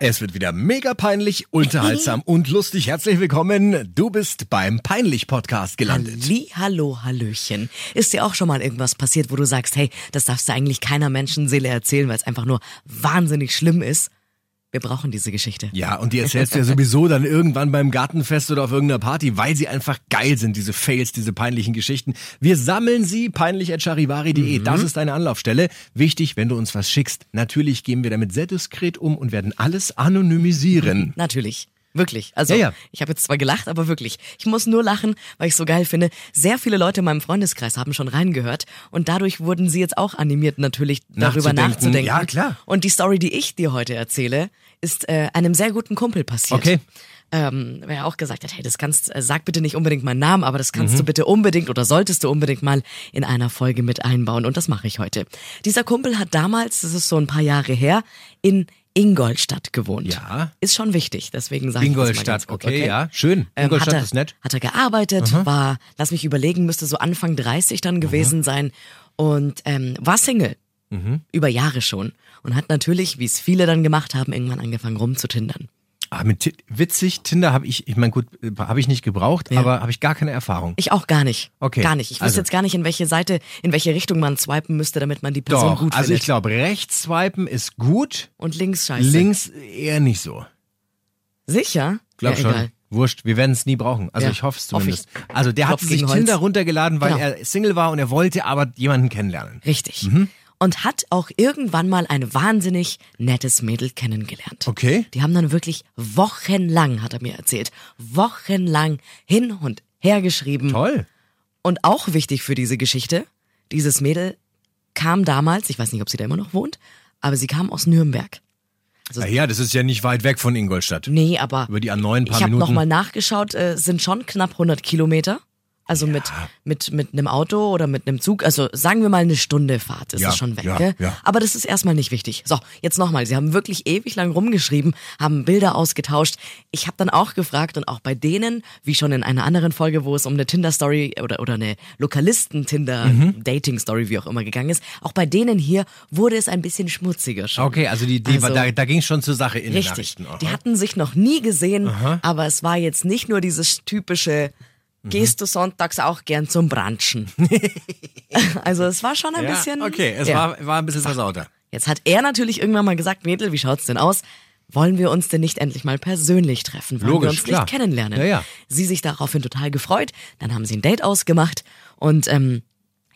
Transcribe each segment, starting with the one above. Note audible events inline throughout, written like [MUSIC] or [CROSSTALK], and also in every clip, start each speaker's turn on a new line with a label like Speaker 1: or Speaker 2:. Speaker 1: Es wird wieder mega peinlich, unterhaltsam und lustig. Herzlich willkommen. Du bist beim Peinlich-Podcast gelandet.
Speaker 2: Halli, hallo, hallöchen. Ist dir auch schon mal irgendwas passiert, wo du sagst, hey, das darfst du eigentlich keiner Menschenseele erzählen, weil es einfach nur wahnsinnig schlimm ist? Wir brauchen diese Geschichte.
Speaker 1: Ja, und die erzählst du ja sowieso dann irgendwann beim Gartenfest oder auf irgendeiner Party, weil sie einfach geil sind, diese Fails, diese peinlichen Geschichten. Wir sammeln sie
Speaker 2: Mhm.
Speaker 1: peinlich.charivari.de. Das ist deine Anlaufstelle. Wichtig, wenn du uns was schickst. Natürlich gehen wir damit sehr diskret um und werden alles
Speaker 2: Mhm.
Speaker 1: anonymisieren.
Speaker 2: Natürlich. Wirklich. Also,
Speaker 1: Ja, ja.
Speaker 2: ich habe jetzt zwar gelacht, aber wirklich. Ich muss nur lachen, weil ich so geil finde. Sehr viele Leute in meinem Freundeskreis haben schon reingehört und dadurch wurden sie jetzt auch animiert, natürlich darüber
Speaker 1: Nachzudenken.
Speaker 2: nachzudenken.
Speaker 1: Ja, klar.
Speaker 2: Und die Story, die ich dir heute erzähle, ist äh, einem sehr guten Kumpel passiert.
Speaker 1: Okay.
Speaker 2: Ähm, wer auch gesagt hat, hey, das kannst, äh, sag bitte nicht unbedingt meinen Namen, aber das
Speaker 1: Mhm.
Speaker 2: kannst du bitte unbedingt oder solltest du unbedingt mal in einer Folge mit einbauen. Und das mache ich heute. Dieser Kumpel hat damals, das ist so ein paar Jahre her, in Ingolstadt gewohnt.
Speaker 1: Ja.
Speaker 2: Ist schon wichtig, deswegen sage ich das mal ganz Ähm,
Speaker 1: Ingolstadt,
Speaker 2: kurz,
Speaker 1: okay, ja, schön. Ingolstadt
Speaker 2: hat er,
Speaker 1: ist nett. Mhm.
Speaker 2: Hat er gearbeitet, war, lass mich überlegen, müsste so Anfang 30 dann gewesen sein und ähm, war Single.
Speaker 1: Mhm.
Speaker 2: Über Jahre schon. Und hat natürlich, wie es viele dann gemacht haben, irgendwann angefangen rumzutindern.
Speaker 1: Ah, mit Ti- witzig, Tinder habe ich, ich meine, gut, äh, habe ich nicht gebraucht, aber habe ich gar keine Erfahrung.
Speaker 2: Ich auch gar nicht.
Speaker 1: Okay,
Speaker 2: Gar nicht. Ich
Speaker 1: also-
Speaker 2: wüsste jetzt gar nicht, in welche Seite, in welche Richtung man swipen müsste, damit man die Person
Speaker 1: Doch,
Speaker 2: gut
Speaker 1: also
Speaker 2: findet.
Speaker 1: ich glaube, rechts swipen ist gut,
Speaker 2: Und links scheiße.
Speaker 1: links eher nicht so.
Speaker 2: Sicher?
Speaker 1: Glaub
Speaker 2: ja,
Speaker 1: schon.
Speaker 2: Egal.
Speaker 1: Wurscht, wir werden es nie brauchen. Also
Speaker 2: Ja,
Speaker 1: ich hoffe es
Speaker 2: hoff ich.
Speaker 1: zumindest. Also der hat
Speaker 2: Klopf
Speaker 1: sich
Speaker 2: gegen Holz.
Speaker 1: Tinder runtergeladen, weil
Speaker 2: Genau.
Speaker 1: er Single war und er wollte aber jemanden kennenlernen.
Speaker 2: Richtig.
Speaker 1: Mhm.
Speaker 2: Und hat auch irgendwann mal ein wahnsinnig nettes Mädel kennengelernt.
Speaker 1: Okay.
Speaker 2: Die haben dann wirklich wochenlang, hat er mir erzählt, wochenlang hin und her geschrieben.
Speaker 1: Toll.
Speaker 2: Und auch wichtig für diese Geschichte, dieses Mädel kam damals, ich weiß nicht, ob sie da immer noch wohnt, aber sie kam aus Nürnberg.
Speaker 1: Na ja, das ist ja nicht weit weg von Ingolstadt.
Speaker 2: Also Nee, aber
Speaker 1: Über die A9 ein paar
Speaker 2: ich habe
Speaker 1: Minuten.
Speaker 2: nochmal nachgeschaut, äh, sind schon knapp 100 Kilometer. Also mit, mit, mit einem Auto oder mit einem Zug, also sagen wir mal eine Stunde Fahrt ist
Speaker 1: Ja,
Speaker 2: es schon weg.
Speaker 1: ja,
Speaker 2: gell?
Speaker 1: ja.
Speaker 2: Aber das ist erstmal nicht wichtig. So, jetzt nochmal. Sie haben wirklich ewig lang rumgeschrieben, haben Bilder ausgetauscht. Ich habe dann auch gefragt und auch bei denen, wie schon in einer anderen Folge, wo es um eine Tinder-Story oder, oder eine Lokalisten-Tinder-Dating-Story, wie auch immer, gegangen ist, auch bei denen hier wurde es ein bisschen schmutziger schon.
Speaker 1: Okay, also die, die
Speaker 2: Also-
Speaker 1: da, da ging es schon zur Sache in
Speaker 2: Richtig.
Speaker 1: den Nachrichten.
Speaker 2: Die
Speaker 1: Aha.
Speaker 2: hatten sich noch nie gesehen, aber es war jetzt nicht nur dieses typische
Speaker 1: Mhm.
Speaker 2: Gehst du sonntags auch gern
Speaker 1: [LAUGHS]
Speaker 2: zum Branchen? also es war schon ein
Speaker 1: ja,
Speaker 2: bisschen.
Speaker 1: okay, es
Speaker 2: ja.
Speaker 1: war, war ein bisschen versauter.
Speaker 2: Jetzt hat er natürlich irgendwann mal gesagt, Mädel, wie schaut's denn aus? Wollen wir uns denn nicht endlich mal persönlich treffen? Wollen
Speaker 1: Logisch,
Speaker 2: wir uns
Speaker 1: klar.
Speaker 2: nicht kennenlernen?
Speaker 1: Ja, ja.
Speaker 2: Sie sich daraufhin total gefreut, dann haben sie ein Date ausgemacht und ähm,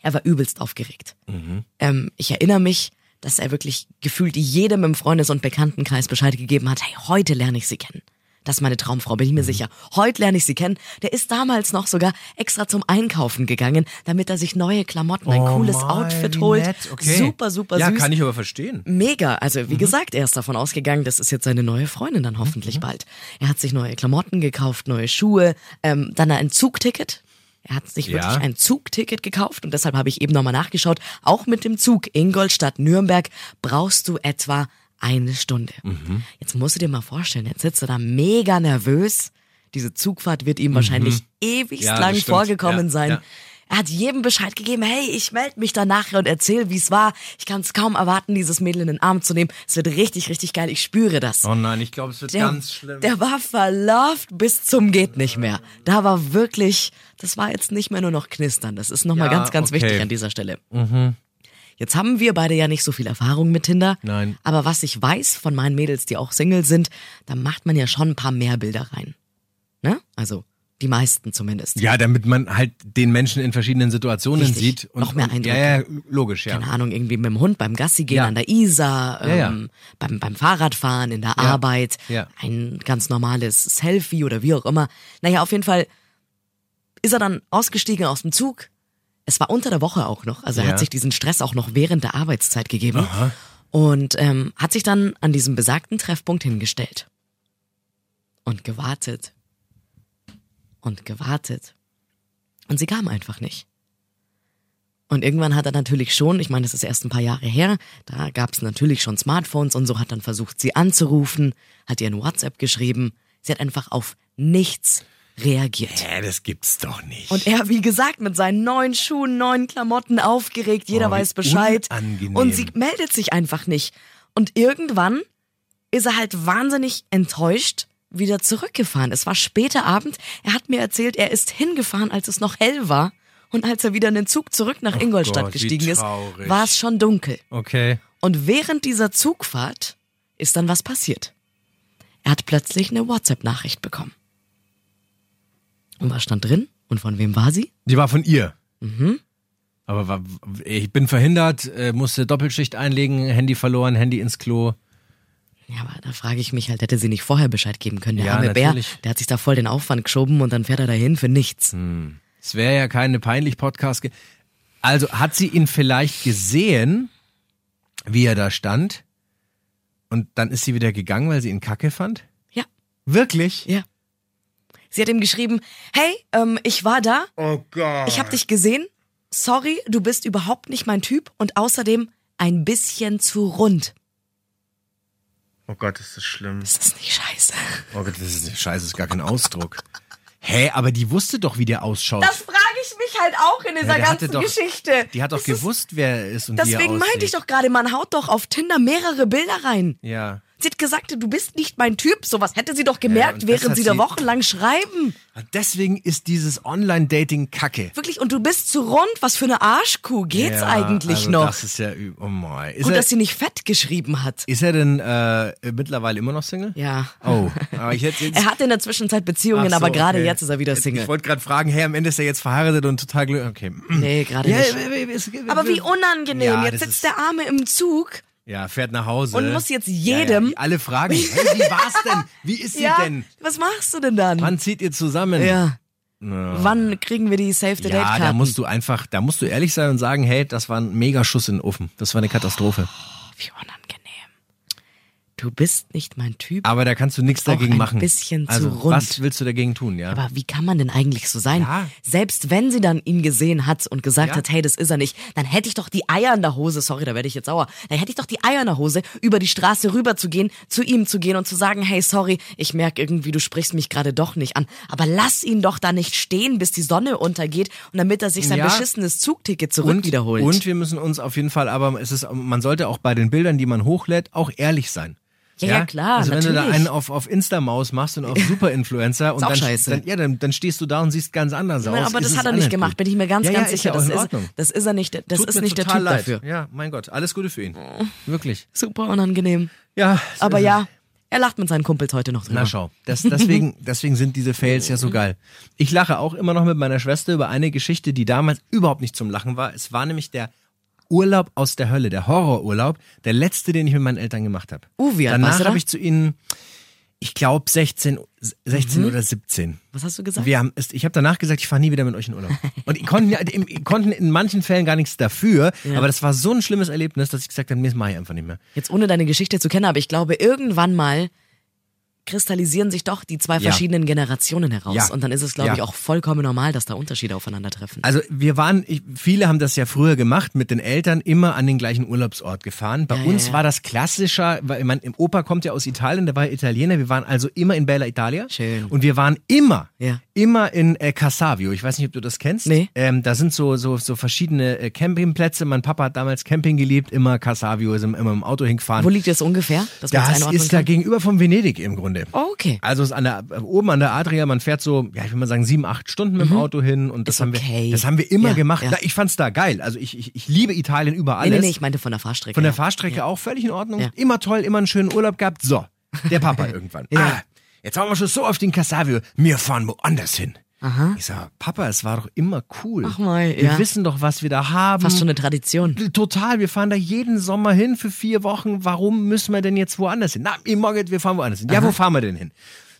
Speaker 2: er war übelst aufgeregt.
Speaker 1: Mhm.
Speaker 2: Ähm, ich erinnere mich, dass er wirklich gefühlt jedem im Freundes- und Bekanntenkreis Bescheid gegeben hat, hey, heute lerne ich sie kennen. Das ist meine Traumfrau, bin ich
Speaker 1: Mhm.
Speaker 2: mir sicher. Heute lerne ich sie kennen. Der ist damals noch sogar extra zum Einkaufen gegangen, damit er sich neue Klamotten, ein cooles
Speaker 1: Oh mein,
Speaker 2: Outfit
Speaker 1: wie
Speaker 2: holt.
Speaker 1: nett, Okay.
Speaker 2: Super, super
Speaker 1: Ja,
Speaker 2: süß.
Speaker 1: kann ich aber verstehen.
Speaker 2: Mega. Also,
Speaker 1: Mhm.
Speaker 2: wie gesagt, er ist davon ausgegangen, das ist jetzt seine neue Freundin dann
Speaker 1: mhm.
Speaker 2: hoffentlich bald. Er hat sich neue Klamotten gekauft, neue Schuhe, ähm, dann ein Zugticket. Er hat sich
Speaker 1: Ja.
Speaker 2: wirklich ein Zugticket gekauft und deshalb habe ich eben nochmal nachgeschaut. Auch mit dem Zug Ingolstadt-Nürnberg brauchst du etwa eine Stunde.
Speaker 1: Mhm.
Speaker 2: Jetzt musst du dir mal vorstellen, jetzt sitzt er da mega nervös. Diese Zugfahrt wird ihm wahrscheinlich ewigst
Speaker 1: Mhm. Ja, das
Speaker 2: lang
Speaker 1: stimmt.
Speaker 2: vorgekommen
Speaker 1: Ja,
Speaker 2: sein.
Speaker 1: ja.
Speaker 2: Er hat jedem Bescheid gegeben, hey, ich melde mich dann nachher und erzähle, wie es war. Ich kann es kaum erwarten, dieses Mädel in den Arm zu nehmen. Es wird richtig, richtig geil. Ich spüre das.
Speaker 1: Oh nein, ich glaube, es wird
Speaker 2: der,
Speaker 1: ganz schlimm.
Speaker 2: der war verloved bis zum geht nicht mehr. Da war wirklich, das war jetzt nicht mehr nur noch knistern. Das ist nochmal
Speaker 1: Ja,
Speaker 2: ganz, ganz
Speaker 1: okay. Mhm.
Speaker 2: wichtig an dieser Stelle. Jetzt haben wir beide ja nicht so viel Erfahrung mit Tinder.
Speaker 1: Nein.
Speaker 2: Aber was ich weiß von meinen Mädels, die auch Single sind, da macht man ja schon ein paar mehr Bilder rein. Ne? Also, die meisten zumindest.
Speaker 1: Ja, damit man halt den Menschen in verschiedenen Situationen
Speaker 2: Richtig.
Speaker 1: sieht.
Speaker 2: Noch mehr
Speaker 1: und,
Speaker 2: Eindrücke. Genau.
Speaker 1: Ja, ja, logisch, ja.
Speaker 2: keine Ahnung, irgendwie mit dem Hund beim Gassi gehen
Speaker 1: Ja.
Speaker 2: an der Isar, ähm,
Speaker 1: Ja, ja.
Speaker 2: Beim, beim Fahrradfahren, in der Arbeit,
Speaker 1: Ja.
Speaker 2: ein ganz normales Selfie oder wie auch immer. Naja, auf jeden Fall ist er dann ausgestiegen aus dem Zug. Es war unter der Woche auch noch, also er
Speaker 1: Ja.
Speaker 2: hat sich diesen Stress auch noch während der Arbeitszeit gegeben und ähm, hat sich dann an diesem besagten Treffpunkt hingestellt. und gewartet und gewartet. Und sie kam einfach nicht. Und irgendwann hat er natürlich schon, ich meine, das ist erst ein paar Jahre her, da gab es natürlich schon Smartphones und so hat dann versucht, sie anzurufen, hat ihr ein WhatsApp geschrieben. Sie hat einfach auf nichts reagiert.
Speaker 1: Hä, Äh, das gibt's doch nicht.
Speaker 2: Und er, wie gesagt, mit seinen neuen Schuhen, neuen Klamotten aufgeregt, jeder
Speaker 1: Oh, wie
Speaker 2: weiß Bescheid.
Speaker 1: unangenehm.
Speaker 2: Und sie meldet sich einfach nicht. Und irgendwann ist er halt wahnsinnig enttäuscht wieder zurückgefahren. Es war später Abend. Er hat mir erzählt, er ist hingefahren, als es noch hell war. Und als er wieder in den Zug zurück nach Ingolstadt
Speaker 1: Gott, wie
Speaker 2: gestiegen ist,
Speaker 1: traurig.
Speaker 2: war es schon dunkel.
Speaker 1: okay.
Speaker 2: Und während dieser Zugfahrt ist dann was passiert. Er hat plötzlich eine WhatsApp-Nachricht bekommen. Und was stand drin? Und von wem war sie?
Speaker 1: Die war von ihr. Mhm. Aber war, ich bin verhindert, äh, musste Doppelschicht einlegen, Handy verloren, Handy ins Klo.
Speaker 2: Ja, aber da frage ich mich halt, hätte sie nicht vorher Bescheid geben können. Der
Speaker 1: Ja,
Speaker 2: arme
Speaker 1: natürlich. Hm.
Speaker 2: Bär, der hat sich da voll den Aufwand geschoben und dann fährt er dahin für nichts.
Speaker 1: Es wäre ja keine peinlich Podcast. Ge also hat sie ihn vielleicht gesehen, wie er da stand, und dann ist sie wieder gegangen, weil sie ihn Kacke fand?
Speaker 2: Ja,
Speaker 1: Wirklich?
Speaker 2: ja. Sie hat ihm geschrieben, hey, ähm, ich war da. Oh Gott. Ich habe dich gesehen. Sorry, du bist überhaupt nicht mein Typ und außerdem ein bisschen zu rund.
Speaker 3: Oh Gott, ist das schlimm.
Speaker 2: Ist das nicht scheiße?
Speaker 1: Oh Gott, das ist scheiße, ist gar kein Ausdruck. Hä, aber die wusste doch, wie der ausschaut.
Speaker 2: Das frage ich mich halt auch in dieser
Speaker 1: der hatte
Speaker 2: ganzen
Speaker 1: doch-
Speaker 2: Geschichte.
Speaker 1: die hat doch
Speaker 2: Das ist-
Speaker 1: gewusst, wer er ist und wie er
Speaker 2: Deswegen meinte ich
Speaker 1: aussieht.
Speaker 2: doch gerade, man haut doch auf Tinder mehrere Bilder rein.
Speaker 1: Ja.
Speaker 2: Sie hat gesagt, du bist nicht mein Typ. Sowas hätte sie doch
Speaker 1: und
Speaker 2: gemerkt,
Speaker 1: das
Speaker 2: während
Speaker 1: hat
Speaker 2: sie, da
Speaker 1: sie-
Speaker 2: wochenlang schreiben.
Speaker 1: Deswegen ist dieses Online-Dating Kacke.
Speaker 2: Wirklich, und du bist zu rund. Was für eine Arschkuh geht's
Speaker 1: ja,
Speaker 2: eigentlich
Speaker 1: also
Speaker 2: noch?
Speaker 1: Das ist ja üb- oh mein. Ist,
Speaker 2: Gut,
Speaker 1: er,
Speaker 2: dass sie nicht fett geschrieben hat.
Speaker 1: ist er denn äh, mittlerweile immer noch Single?
Speaker 2: Ja.
Speaker 1: Oh, aber ich hätte jetzt
Speaker 2: [LAUGHS] Er hatte in der Zwischenzeit Beziehungen,
Speaker 1: Ach so,
Speaker 2: aber gerade
Speaker 1: okay.
Speaker 2: jetzt ist er wieder
Speaker 1: Ich
Speaker 2: Single.
Speaker 1: wollte gerade fragen, hey, am Ende ist er jetzt verheiratet und total glücklich. Okay. Mm.
Speaker 2: Nee, gerade
Speaker 1: Ja,
Speaker 2: nicht.
Speaker 1: äh, äh, es-
Speaker 2: Aber wie unangenehm.
Speaker 1: Ja,
Speaker 2: jetzt
Speaker 1: das
Speaker 2: sitzt
Speaker 1: ist-
Speaker 2: der Arme im Zug.
Speaker 1: Ja, fährt nach Hause.
Speaker 2: Und muss jetzt
Speaker 1: Ja,
Speaker 2: jedem-
Speaker 1: Ja, die alle fragen, hey, wie war's denn? Wie ist sie
Speaker 2: ja,
Speaker 1: denn?
Speaker 2: was machst du denn dann?
Speaker 1: Wann zieht ihr zusammen?
Speaker 2: Ja. Wann kriegen wir die Save the Date
Speaker 1: Ja, da
Speaker 2: Karten?
Speaker 1: musst du einfach, da musst du ehrlich sein und sagen, hey, das war ein mega Schuss in den Ofen. Das war eine Katastrophe.
Speaker 2: Wie unangenehm. Du bist nicht mein Typ.
Speaker 1: Aber da kannst du nichts
Speaker 2: Ist auch
Speaker 1: dagegen
Speaker 2: ein
Speaker 1: machen.
Speaker 2: bisschen zu
Speaker 1: also,
Speaker 2: rund.
Speaker 1: was willst du dagegen tun, ja?
Speaker 2: Aber wie kann man denn eigentlich so sein?
Speaker 1: Ja.
Speaker 2: Selbst wenn sie dann ihn gesehen hat und gesagt
Speaker 1: Ja.
Speaker 2: hat, hey, das ist er nicht, dann hätte ich doch die Eier in der Hose, sorry, da werde ich jetzt sauer, dann hätte ich doch die Eier in der Hose, über die Straße rüber zu gehen, zu ihm zu gehen und zu sagen, hey, sorry, ich merke irgendwie, du sprichst mich gerade doch nicht an. Aber lass ihn doch da nicht stehen, bis die Sonne untergeht und damit er sich sein
Speaker 1: Ja.
Speaker 2: beschissenes Zugticket zurück wiederholt.
Speaker 1: Und wir müssen uns auf jeden Fall, aber es ist, man sollte auch bei den Bildern, die man hochlädt, auch ehrlich sein.
Speaker 2: Ja, ja, klar,
Speaker 1: Also wenn du da
Speaker 2: natürlich.
Speaker 1: einen auf, auf Insta-Maus machst
Speaker 2: [LAUGHS]
Speaker 1: und auf Superinfluencer und
Speaker 2: auch
Speaker 1: dann,
Speaker 2: scheiße.
Speaker 1: dann, ja, dann, dann stehst du da und siehst ganz anders aus.
Speaker 2: Nein, aber
Speaker 1: ist
Speaker 2: das
Speaker 1: es
Speaker 2: hat er
Speaker 1: auch
Speaker 2: nicht gemacht,
Speaker 1: gut.
Speaker 2: bin ich mir ganz,
Speaker 1: ja,
Speaker 2: ganz
Speaker 1: ja,
Speaker 2: sicher.
Speaker 1: Ist ja auch in
Speaker 2: das,
Speaker 1: Ordnung.
Speaker 2: ist, das ist er nicht, das
Speaker 1: Tut
Speaker 2: ist
Speaker 1: mir
Speaker 2: nicht der
Speaker 1: total
Speaker 2: Typ
Speaker 1: leid.
Speaker 2: dafür.
Speaker 1: Ja, mein Gott, alles Gute
Speaker 2: [LAUGHS]
Speaker 1: für ihn. Wirklich.
Speaker 2: Super unangenehm.
Speaker 1: Ja. so
Speaker 2: Aber
Speaker 1: ist es.
Speaker 2: ja, er lacht mit seinen Kumpels heute noch drüber.
Speaker 1: Na schau, das,
Speaker 2: [LAUGHS]
Speaker 1: deswegen, deswegen sind diese Fails ja so geil. Ich lache auch immer noch mit meiner Schwester über eine Geschichte, die damals überhaupt nicht zum Lachen war. Es war nämlich der Urlaub aus der Hölle, der Horrorurlaub, der letzte, den ich mit meinen Eltern gemacht habe.
Speaker 2: Uh, wie alt warst
Speaker 1: Danach
Speaker 2: du da?
Speaker 1: habe ich zu ihnen, ich glaube 16, 16 oder 17.
Speaker 2: Mhm. Was hast du gesagt?
Speaker 1: Wir haben, es- ich habe danach gesagt, ich fahre nie wieder mit euch in Urlaub. Und ich konnten, ja- im- konnten in manchen Fällen gar nichts dafür, aber das war so ein schlimmes Erlebnis, dass ich gesagt habe, nee, das mache ich einfach nicht mehr.
Speaker 2: Jetzt ohne deine Geschichte zu kennen, aber ich glaube, irgendwann mal kristallisieren sich doch die zwei
Speaker 1: Ja.
Speaker 2: verschiedenen Generationen heraus.
Speaker 1: Ja.
Speaker 2: Und dann ist es, glaube
Speaker 1: Ja.
Speaker 2: ich, auch vollkommen normal, dass da Unterschiede aufeinandertreffen.
Speaker 1: Also wir waren, ich, viele haben das ja früher gemacht, mit den Eltern immer an den gleichen Urlaubsort gefahren. Bei
Speaker 2: Ja, ja,
Speaker 1: uns
Speaker 2: ja.
Speaker 1: war das klassischer, weil man im Opa kommt ja aus Italien, der war Italiener. Wir waren also immer in Bella Italia
Speaker 2: Schön.
Speaker 1: und wir waren immer,
Speaker 2: Ja.
Speaker 1: immer in äh, Cassavio. Ich weiß nicht, ob du das kennst.
Speaker 2: Nee.
Speaker 1: Ähm, da sind so so so verschiedene äh, Campingplätze. Mein Papa hat damals Camping geliebt, immer Cassavio, ist im- immer im Auto hingefahren.
Speaker 2: Wo liegt das ungefähr? Dass man's
Speaker 1: das
Speaker 2: einordnen
Speaker 1: ist da
Speaker 2: kann? Oh,
Speaker 1: gegenüber von Venedig im Grunde.
Speaker 2: Okay.
Speaker 1: Also ist an der, oben an der Adria, man fährt so, ja, ich will mal sagen, sieben, acht Stunden mit dem Auto hin und das,
Speaker 2: Mhm. Ist
Speaker 1: haben,
Speaker 2: okay.
Speaker 1: wir, das haben wir immer
Speaker 2: Ja,
Speaker 1: gemacht.
Speaker 2: ja.
Speaker 1: Na, ich fand's da geil. Also ich, ich, ich liebe Italien über
Speaker 2: Nee,
Speaker 1: alles.
Speaker 2: nee, nee, ich meinte von der Fahrstrecke.
Speaker 1: Von der
Speaker 2: ja.
Speaker 1: Fahrstrecke auch völlig in Ordnung.
Speaker 2: Ja.
Speaker 1: Immer toll, immer einen schönen Urlaub gehabt. So, der
Speaker 2: [LAUGHS]
Speaker 1: Papa irgendwann. Ah, jetzt haben wir schon so auf den Cassavio. Wir fahren woanders hin. Ich sag, Papa, es war doch immer cool.
Speaker 2: Ach mal,
Speaker 1: wir
Speaker 2: ja.
Speaker 1: wissen doch, was wir da haben.
Speaker 2: Fast schon eine Tradition.
Speaker 1: Total, wir fahren da jeden Sommer hin für vier Wochen. Warum müssen wir denn jetzt woanders hin? Na, ihr morgen, wir fahren woanders hin. Ja, wo fahren wir denn hin?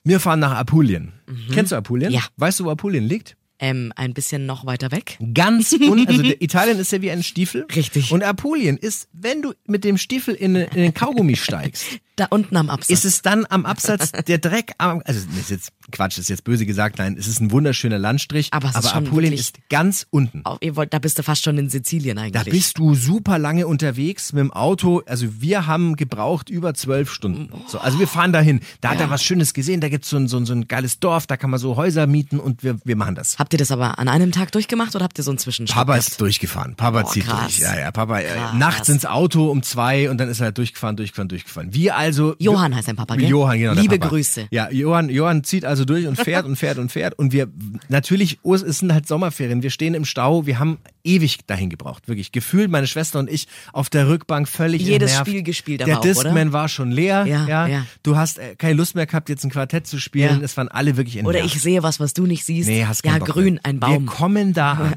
Speaker 1: Wir fahren nach Apulien. Kennst du Apulien?
Speaker 2: Mhm. Ja.
Speaker 1: Weißt du, wo Apulien liegt?
Speaker 2: Ähm, ein bisschen noch weiter weg.
Speaker 1: Ganz
Speaker 2: [LAUGHS]
Speaker 1: unten. Also der- Italien ist ja wie ein Stiefel.
Speaker 2: Richtig. [LAUGHS]
Speaker 1: Und Apulien ist, wenn du mit dem Stiefel in, in den Kaugummi steigst,
Speaker 2: da unten am Absatz.
Speaker 1: Ist es dann am Absatz der Dreck am, also das ist jetzt Quatsch, ist jetzt böse gesagt, nein, es ist ein wunderschöner Landstrich,
Speaker 2: Aber es ist schon
Speaker 1: Apulien
Speaker 2: wirklich-
Speaker 1: ist ganz unten.
Speaker 2: Auf- ihr wollt, da bist du fast schon in Sizilien
Speaker 1: Da
Speaker 2: eigentlich.
Speaker 1: bist du super lange unterwegs mit dem Auto. Also wir haben gebraucht über zwölf Stunden. So, also wir fahren dahin. Da hat er was Schönes gesehen. Da gibt's so ein, so, ein, so ein geiles Dorf. Da kann man so Häuser mieten und wir, wir machen das.
Speaker 2: habt ihr das aber an einem Tag durchgemacht oder habt ihr so einen Zwischenstopp?
Speaker 1: Papa
Speaker 2: gehabt?
Speaker 1: ist durchgefahren. Papa
Speaker 2: Boah,
Speaker 1: zieht
Speaker 2: krass.
Speaker 1: durch. Ja, ja, Papa.
Speaker 2: Krass.
Speaker 1: Äh, nachts ins Auto um zwei und dann ist er halt durchgefahren, durchgefahren, durchgefahren. Wir also.
Speaker 2: Johann heißt sein Papa, gell?
Speaker 1: Johann, genau.
Speaker 2: Liebe
Speaker 1: der Papa.
Speaker 2: Grüße.
Speaker 1: Ja, Johann, Johann zieht also durch und fährt und fährt und fährt. Und wir, natürlich, oh, es sind halt Sommerferien. Wir stehen im Stau. Wir haben ewig dahin gebraucht. Wirklich. Gefühlt meine Schwester und ich auf der Rückbank völlig
Speaker 2: Jedes
Speaker 1: entnervt.
Speaker 2: Spiel gespielt aber
Speaker 1: Der
Speaker 2: auch,
Speaker 1: Discman
Speaker 2: oder?
Speaker 1: war schon leer.
Speaker 2: Ja,
Speaker 1: Ja,
Speaker 2: ja.
Speaker 1: Du hast äh, keine Lust mehr gehabt, jetzt ein Quartett zu spielen.
Speaker 2: Ja.
Speaker 1: Es waren alle wirklich entnervt.
Speaker 2: Oder ich sehe was, was du nicht siehst.
Speaker 1: Nee, hast keinen
Speaker 2: ja,
Speaker 1: Bock
Speaker 2: grün,
Speaker 1: mehr.
Speaker 2: ein
Speaker 1: Wir
Speaker 2: Baum.
Speaker 1: kommen da
Speaker 2: [LAUGHS]
Speaker 1: an.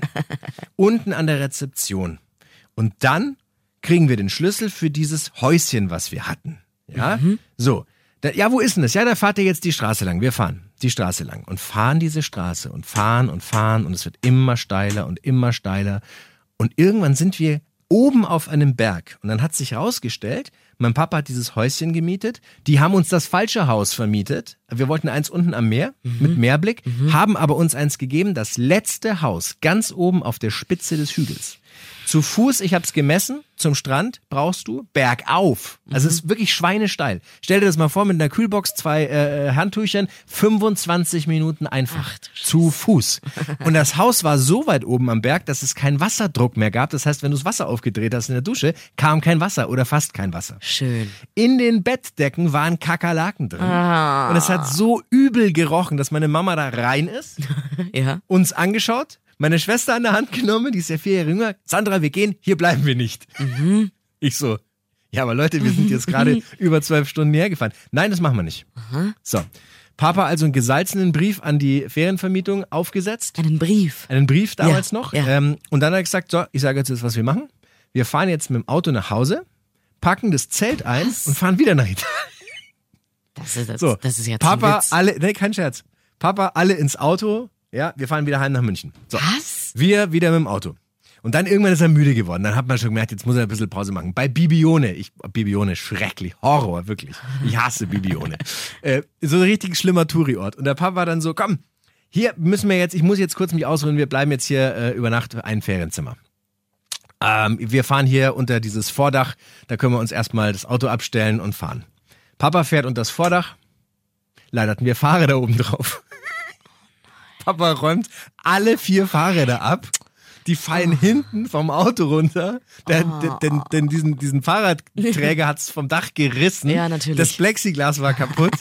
Speaker 1: unten an der Rezeption. Und dann kriegen wir den Schlüssel für dieses Häuschen, was wir hatten. Ja?
Speaker 2: Mhm.
Speaker 1: So. Da, ja, wo ist denn das? Ja, da fahrt ihr jetzt die Straße lang. Wir fahren die Straße lang und fahren diese Straße und fahren und fahren und es wird immer steiler und immer steiler. Und irgendwann sind wir oben auf einem Berg. Und dann hat sich herausgestellt, mein Papa hat dieses Häuschen gemietet. Die haben uns das falsche Haus vermietet. Wir wollten eins unten am Meer mit Meerblick, haben aber uns eins gegeben, das letzte Haus ganz oben auf der Spitze des Hügels. Zu Fuß, ich habe es gemessen, zum Strand brauchst du bergauf. Also es ist wirklich schweinesteil. Stell dir das mal vor mit einer Kühlbox, zwei äh, Handtüchern, 25 Minuten einfach zu Fuß. Und das Haus war so weit oben am Berg, dass es keinen Wasserdruck mehr gab. Das heißt, wenn du das Wasser aufgedreht hast in der Dusche, kam kein Wasser oder fast kein Wasser.
Speaker 2: Schön.
Speaker 1: In den Bettdecken waren Kakerlaken drin. Und es hat so übel gerochen, dass meine Mama da rein ist
Speaker 2: Ja.
Speaker 1: uns angeschaut, meine Schwester an der Hand genommen, die ist ja vier Jahre jünger. Sandra, wir gehen, hier bleiben wir nicht.
Speaker 2: Mhm.
Speaker 1: Ich so, ja, aber Leute, wir sind jetzt
Speaker 2: [LAUGHS]
Speaker 1: gerade über zwölf Stunden hergefahren. Nein, das machen wir nicht. So, Papa also einen gesalzenen Brief an die Ferienvermietung aufgesetzt,
Speaker 2: Einen Brief.
Speaker 1: einen Brief damals
Speaker 2: Ja,
Speaker 1: noch.
Speaker 2: ja.
Speaker 1: Ähm, und dann hat er gesagt, so, ich sage jetzt, jetzt, was wir machen. Wir fahren jetzt mit dem Auto nach Hause, packen das Zelt ein und fahren wieder nach Italien.
Speaker 2: Das ist, das,
Speaker 1: So,
Speaker 2: das ist jetzt ein
Speaker 1: Papa,
Speaker 2: Witz.
Speaker 1: alle, nee, kein Scherz. Papa, alle ins Auto. Ja, wir fahren wieder heim nach München. So.
Speaker 2: Was?
Speaker 1: Wir wieder mit dem Auto. Und dann irgendwann ist er müde geworden. Dann hat man schon gemerkt, jetzt muss er ein bisschen Pause machen. Bei Bibione, ich, Bibione, schrecklich, Horror, wirklich. Ich hasse Bibione. äh, so ein richtig schlimmer Touri-Ort. Und der Papa dann so, komm, hier müssen wir jetzt, ich muss jetzt kurz mich ausruhen, wir bleiben jetzt hier äh, über Nacht ein Ferienzimmer. Ähm, wir fahren hier unter dieses Vordach, da können wir uns erstmal das Auto abstellen und fahren. Papa fährt unter das Vordach. Leider hatten wir Fahrräder oben drauf. [LAUGHS] Papa räumt alle vier Fahrräder ab. Die fallen
Speaker 2: Ah.
Speaker 1: hinten vom Auto runter. Der, der, denn denn diesen, diesen Fahrradträger hat's vom Dach gerissen.
Speaker 2: Ja, natürlich.
Speaker 1: Das Plexiglas war
Speaker 2: [LAUGHS]
Speaker 1: kaputt.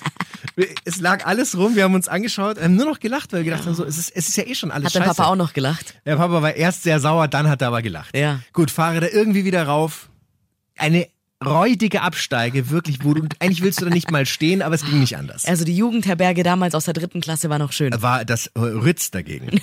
Speaker 1: es lag alles rum. Wir haben uns angeschaut, haben nur noch gelacht, weil wir gedacht haben, so, es, ist, es ist ja eh schon alles
Speaker 2: Hat dein
Speaker 1: scheiße.
Speaker 2: Papa auch noch gelacht?
Speaker 1: Der Papa war erst sehr sauer, dann hat er aber gelacht.
Speaker 2: Ja.
Speaker 1: Gut, fahre da irgendwie wieder rauf. Eine räudige Absteige, wirklich, wo du, eigentlich willst du da nicht mal stehen, aber es ging nicht anders.
Speaker 2: Also die Jugendherberge damals aus der dritten Klasse war noch schön.
Speaker 1: War das äh, Ritz
Speaker 2: [LAUGHS]
Speaker 1: dagegen.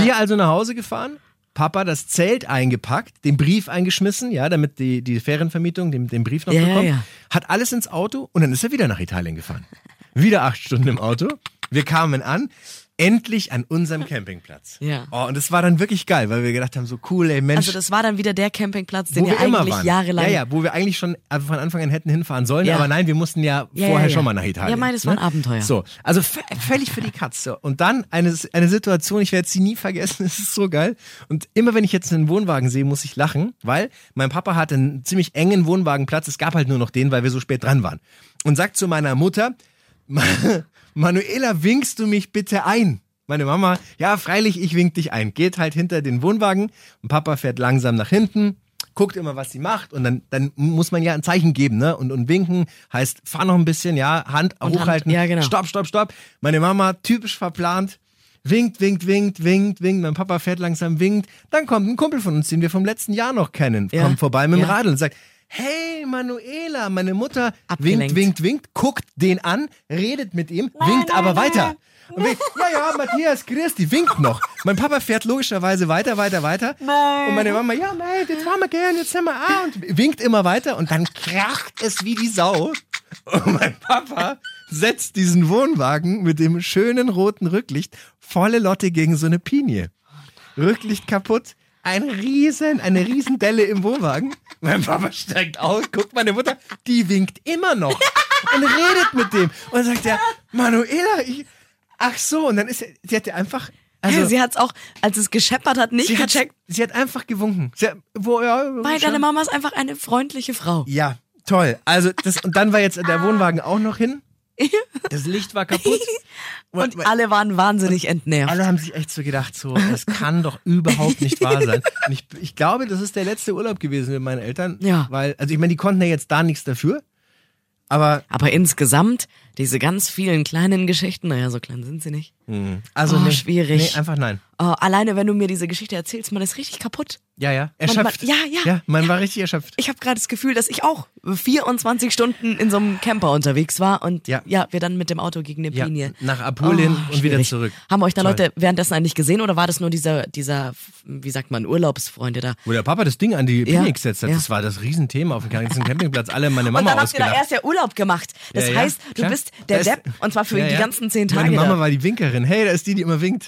Speaker 1: Wir also nach Hause gefahren, Papa das Zelt eingepackt, den Brief eingeschmissen, ja, damit die, die Ferienvermietung den, den Brief noch
Speaker 2: Ja, ja,
Speaker 1: bekommt,
Speaker 2: ja.
Speaker 1: hat alles ins Auto und dann ist er wieder nach Italien gefahren. Wieder acht Stunden im Auto. Wir kamen an, endlich an
Speaker 2: [LAUGHS]
Speaker 1: unserem Campingplatz.
Speaker 2: Ja.
Speaker 1: Oh, und es war dann wirklich geil, weil wir gedacht haben, so cool, ey Mensch,
Speaker 2: Also das war dann wieder der Campingplatz, den
Speaker 1: wo
Speaker 2: ihr
Speaker 1: wir immer
Speaker 2: eigentlich
Speaker 1: waren.
Speaker 2: jahrelang...
Speaker 1: Ja, ja, wo wir eigentlich schon von Anfang an hätten hinfahren sollen,
Speaker 2: Ja.
Speaker 1: aber nein, wir mussten ja,
Speaker 2: Ja,
Speaker 1: vorher
Speaker 2: ja, ja.
Speaker 1: schon mal nach Italien. Ne?
Speaker 2: Ja, mein, das war ein Abenteuer.
Speaker 1: So, also v- völlig für die Katze. Und dann eine, eine Situation, ich werde sie nie vergessen, [LAUGHS] es ist so geil. Und immer wenn ich jetzt einen Wohnwagen sehe, muss ich lachen, weil mein Papa hatte einen ziemlich engen Wohnwagenplatz, es gab halt nur noch den, weil wir so spät dran waren. Und sagt zu meiner Mutter, [LAUGHS] Manuela, winkst du mich bitte ein? Meine Mama, ja, freilich, ich wink dich ein. Geht halt hinter den Wohnwagen und Papa fährt langsam nach hinten, guckt immer, was sie macht und dann, dann muss man ja ein Zeichen geben, ne? Und, und winken heißt, fahr noch ein bisschen, ja, Hand hochhalten.
Speaker 2: ja, genau.
Speaker 1: Stopp, stopp, stopp. Meine Mama, typisch verplant, winkt, winkt, winkt, winkt, winkt. Mein Papa fährt langsam, winkt. Dann kommt ein Kumpel von uns, den wir vom letzten Jahr noch kennen,
Speaker 2: Ja,
Speaker 1: kommt vorbei mit dem
Speaker 2: ja.
Speaker 1: Radl und sagt, Hey, Manuela, meine Mutter winkt,
Speaker 2: Abgelenkt.
Speaker 1: winkt, winkt, guckt den an, redet mit ihm, winkt aber weiter. Und winkt, ja, ja, Matthias, grüß, die winkt noch. Mein Papa fährt logischerweise weiter, weiter, weiter. Und meine Mama, ja, mate, jetzt fahren wir gern, jetzt sind wir ah, und winkt immer weiter und dann kracht es wie die Sau. Und mein Papa setzt diesen Wohnwagen mit dem schönen roten Rücklicht volle Lotte gegen so eine Pinie. Rücklicht kaputt. ein riesen, eine Riesendelle im Wohnwagen. Mein Papa steigt aus, guckt meine Mutter, die winkt immer noch und redet mit dem. Und dann sagt er, Manuela, ich, ach so. Und dann ist, er- sie hat ja einfach, also,
Speaker 2: Also, [LAUGHS] sie hat's auch, als es gescheppert hat, nicht
Speaker 1: sie, hat,
Speaker 2: gecheckt.
Speaker 1: sie hat einfach gewunken. Sie hat, wo, ja,
Speaker 2: Weil
Speaker 1: schon.
Speaker 2: deine Mama ist einfach eine freundliche Frau.
Speaker 1: Ja, toll. Also das und dann war jetzt
Speaker 2: Ah.
Speaker 1: der Wohnwagen auch noch
Speaker 2: [LAUGHS]
Speaker 1: hin. Das Licht war kaputt.
Speaker 2: Und alle waren wahnsinnig entnervt.
Speaker 1: alle haben sich echt so gedacht, so, das kann doch überhaupt nicht wahr sein. Und ich, ich glaube, das ist der letzte Urlaub gewesen mit meinen Eltern.
Speaker 2: Ja.
Speaker 1: Weil, also ich meine, die konnten ja jetzt da nichts dafür. Aber
Speaker 2: Aber insgesamt, diese ganz vielen kleinen Geschichten, naja, so klein sind sie nicht.
Speaker 1: also
Speaker 2: Oh,
Speaker 1: nee,
Speaker 2: schwierig.
Speaker 1: Nee, einfach nein.
Speaker 2: Oh, alleine, wenn du mir diese Geschichte erzählst, man ist richtig kaputt.
Speaker 1: Ja, ja.
Speaker 2: Man-
Speaker 1: Erschöpft.
Speaker 2: man- ja, ja.
Speaker 1: Ja, man war richtig erschöpft.
Speaker 2: Ich habe gerade das Gefühl, dass ich auch 24 Stunden in so einem Camper unterwegs war und ja,
Speaker 1: Ja.
Speaker 2: wir dann mit dem Auto gegen eine
Speaker 1: Ja,
Speaker 2: Pinie.
Speaker 1: nach Apulien
Speaker 2: Oh,
Speaker 1: und wieder
Speaker 2: schwierig.
Speaker 1: zurück.
Speaker 2: Haben euch da
Speaker 1: Toll.
Speaker 2: Leute währenddessen eigentlich gesehen oder war das nur dieser, dieser, wie sagt man, Urlaubsfreunde da?
Speaker 1: Wo der Papa das Ding an die
Speaker 2: Ja,
Speaker 1: Pinik gesetzt hat,
Speaker 2: ja.
Speaker 1: das war das Riesenthema auf dem
Speaker 2: [LAUGHS]
Speaker 1: ganzen Campingplatz. Alle haben meine
Speaker 2: Und
Speaker 1: Mama
Speaker 2: dann habt ihr da
Speaker 1: ausgelacht.
Speaker 2: erst ja Urlaub gemacht. Das
Speaker 1: Ja, ja,
Speaker 2: heißt, du
Speaker 1: klar.
Speaker 2: bist der
Speaker 1: Da ist-
Speaker 2: Depp und zwar für
Speaker 1: Ja,
Speaker 2: die
Speaker 1: ja.
Speaker 2: ganzen zehn Tage.
Speaker 1: Meine Mama
Speaker 2: da.
Speaker 1: war die Winkerin. Hey, da ist die, die immer winkt.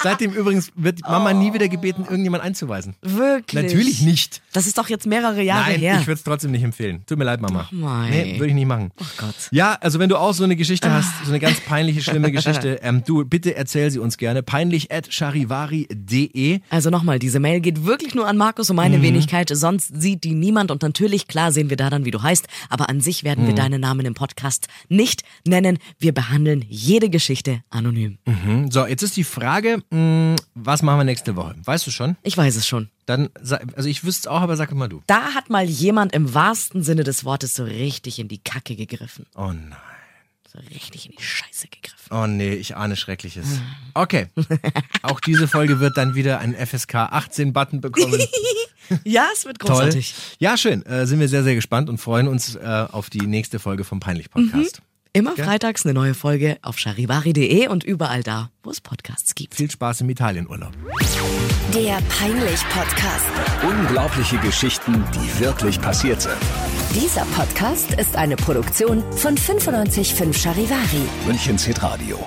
Speaker 1: Seitdem übrigens wird Mama nie wieder gebeten, irgendjemand einzuweisen.
Speaker 2: Wirklich.
Speaker 1: Natürlich nicht.
Speaker 2: Das ist doch jetzt mehrere Jahre
Speaker 1: Nein,
Speaker 2: her.
Speaker 1: ich würde es trotzdem nicht empfehlen. Tut mir leid, Mama.
Speaker 2: Ach, mei.
Speaker 1: Nee, würde ich nicht machen.
Speaker 2: Ach Gott. Ah.
Speaker 1: Ja, also wenn du auch so eine Geschichte hast, so eine ganz peinliche,
Speaker 2: [LAUGHS]
Speaker 1: schlimme Geschichte, ähm, du, bitte erzähl sie uns gerne. Peinlich at charivari.de.
Speaker 2: also nochmal, diese Mail geht wirklich nur an Markus und meine Wenigkeit, sonst sieht die niemand und natürlich, klar sehen wir da dann, wie du heißt, aber an sich werden wir deinen Namen im Podcast nicht nennen. Wir behandeln jede Geschichte anonym.
Speaker 1: Hm, So, jetzt ist die Frage, mh, was machen wir nächste Woche? Weißt du schon?
Speaker 2: Ich weiß es schon.
Speaker 1: Dann, sa- also ich wüsste es auch, aber sag mal du.
Speaker 2: Da hat mal jemand im wahrsten Sinne des Wortes so richtig in die Kacke gegriffen.
Speaker 1: Oh nein.
Speaker 2: So richtig in die Scheiße gegriffen.
Speaker 1: Oh nee, ich ahne Schreckliches. Okay. Auch diese Folge wird dann wieder einen FSK 18 Button bekommen.
Speaker 2: [LAUGHS] Ja, es wird
Speaker 1: Toll.
Speaker 2: großartig.
Speaker 1: Ja, schön. Äh, sind wir sehr, sehr gespannt und freuen uns äh, auf die nächste Folge vom Peinlich Podcast.
Speaker 2: Immer freitags eine neue Folge auf charivari.de und überall da, wo es Podcasts gibt.
Speaker 1: Viel Spaß im Italienurlaub.
Speaker 4: Der Peinlich-Podcast.
Speaker 5: Unglaubliche Geschichten, die wirklich passiert sind.
Speaker 4: Dieser Podcast ist eine Produktion von 955 Charivari.
Speaker 5: Münchens Hitradio.